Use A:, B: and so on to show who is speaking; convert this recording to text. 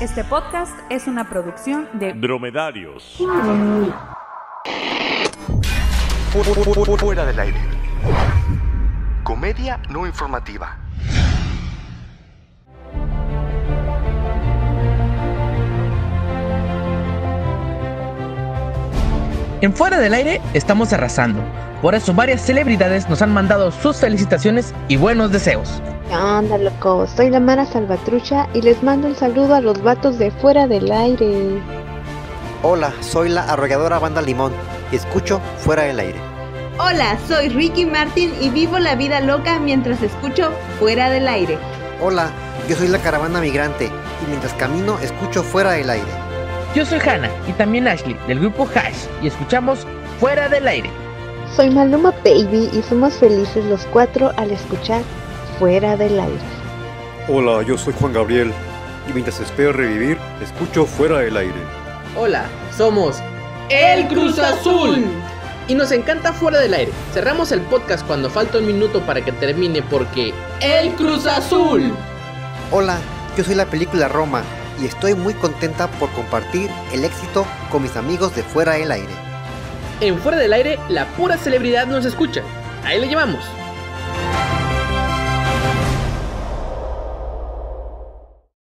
A: Este podcast es una producción de
B: Dromedarios.
C: Fu- fu- fu- fu- Fuera del aire. Comedia no informativa.
D: En Fuera del Aire estamos arrasando. Por eso varias celebridades nos han mandado sus felicitaciones y buenos deseos.
E: ¿Qué onda, loco? Soy la Mara Salvatrucha y les mando un saludo a los vatos de fuera del aire.
F: Hola, soy la arrolladora Banda Limón y escucho Fuera del Aire.
G: Hola, soy Ricky Martin y vivo la vida loca mientras escucho Fuera del Aire.
F: Hola, yo soy la caravana migrante y mientras camino escucho Fuera del Aire.
D: Yo soy Hannah y también Ashley del grupo Hash y escuchamos Fuera del Aire.
E: Soy Maluma Baby y somos felices los cuatro al escuchar Fuera del aire.
H: Hola, yo soy Juan Gabriel y mientras espero revivir, escucho fuera del aire.
I: Hola, somos El Cruz Azul. Y nos encanta fuera del aire. Cerramos el podcast cuando falta un minuto para que termine porque El Cruz Azul.
F: Hola, yo soy la película Roma y estoy muy contenta por compartir el éxito con mis amigos de Fuera del Aire.
I: En fuera del aire, la pura celebridad nos escucha. Ahí le llevamos.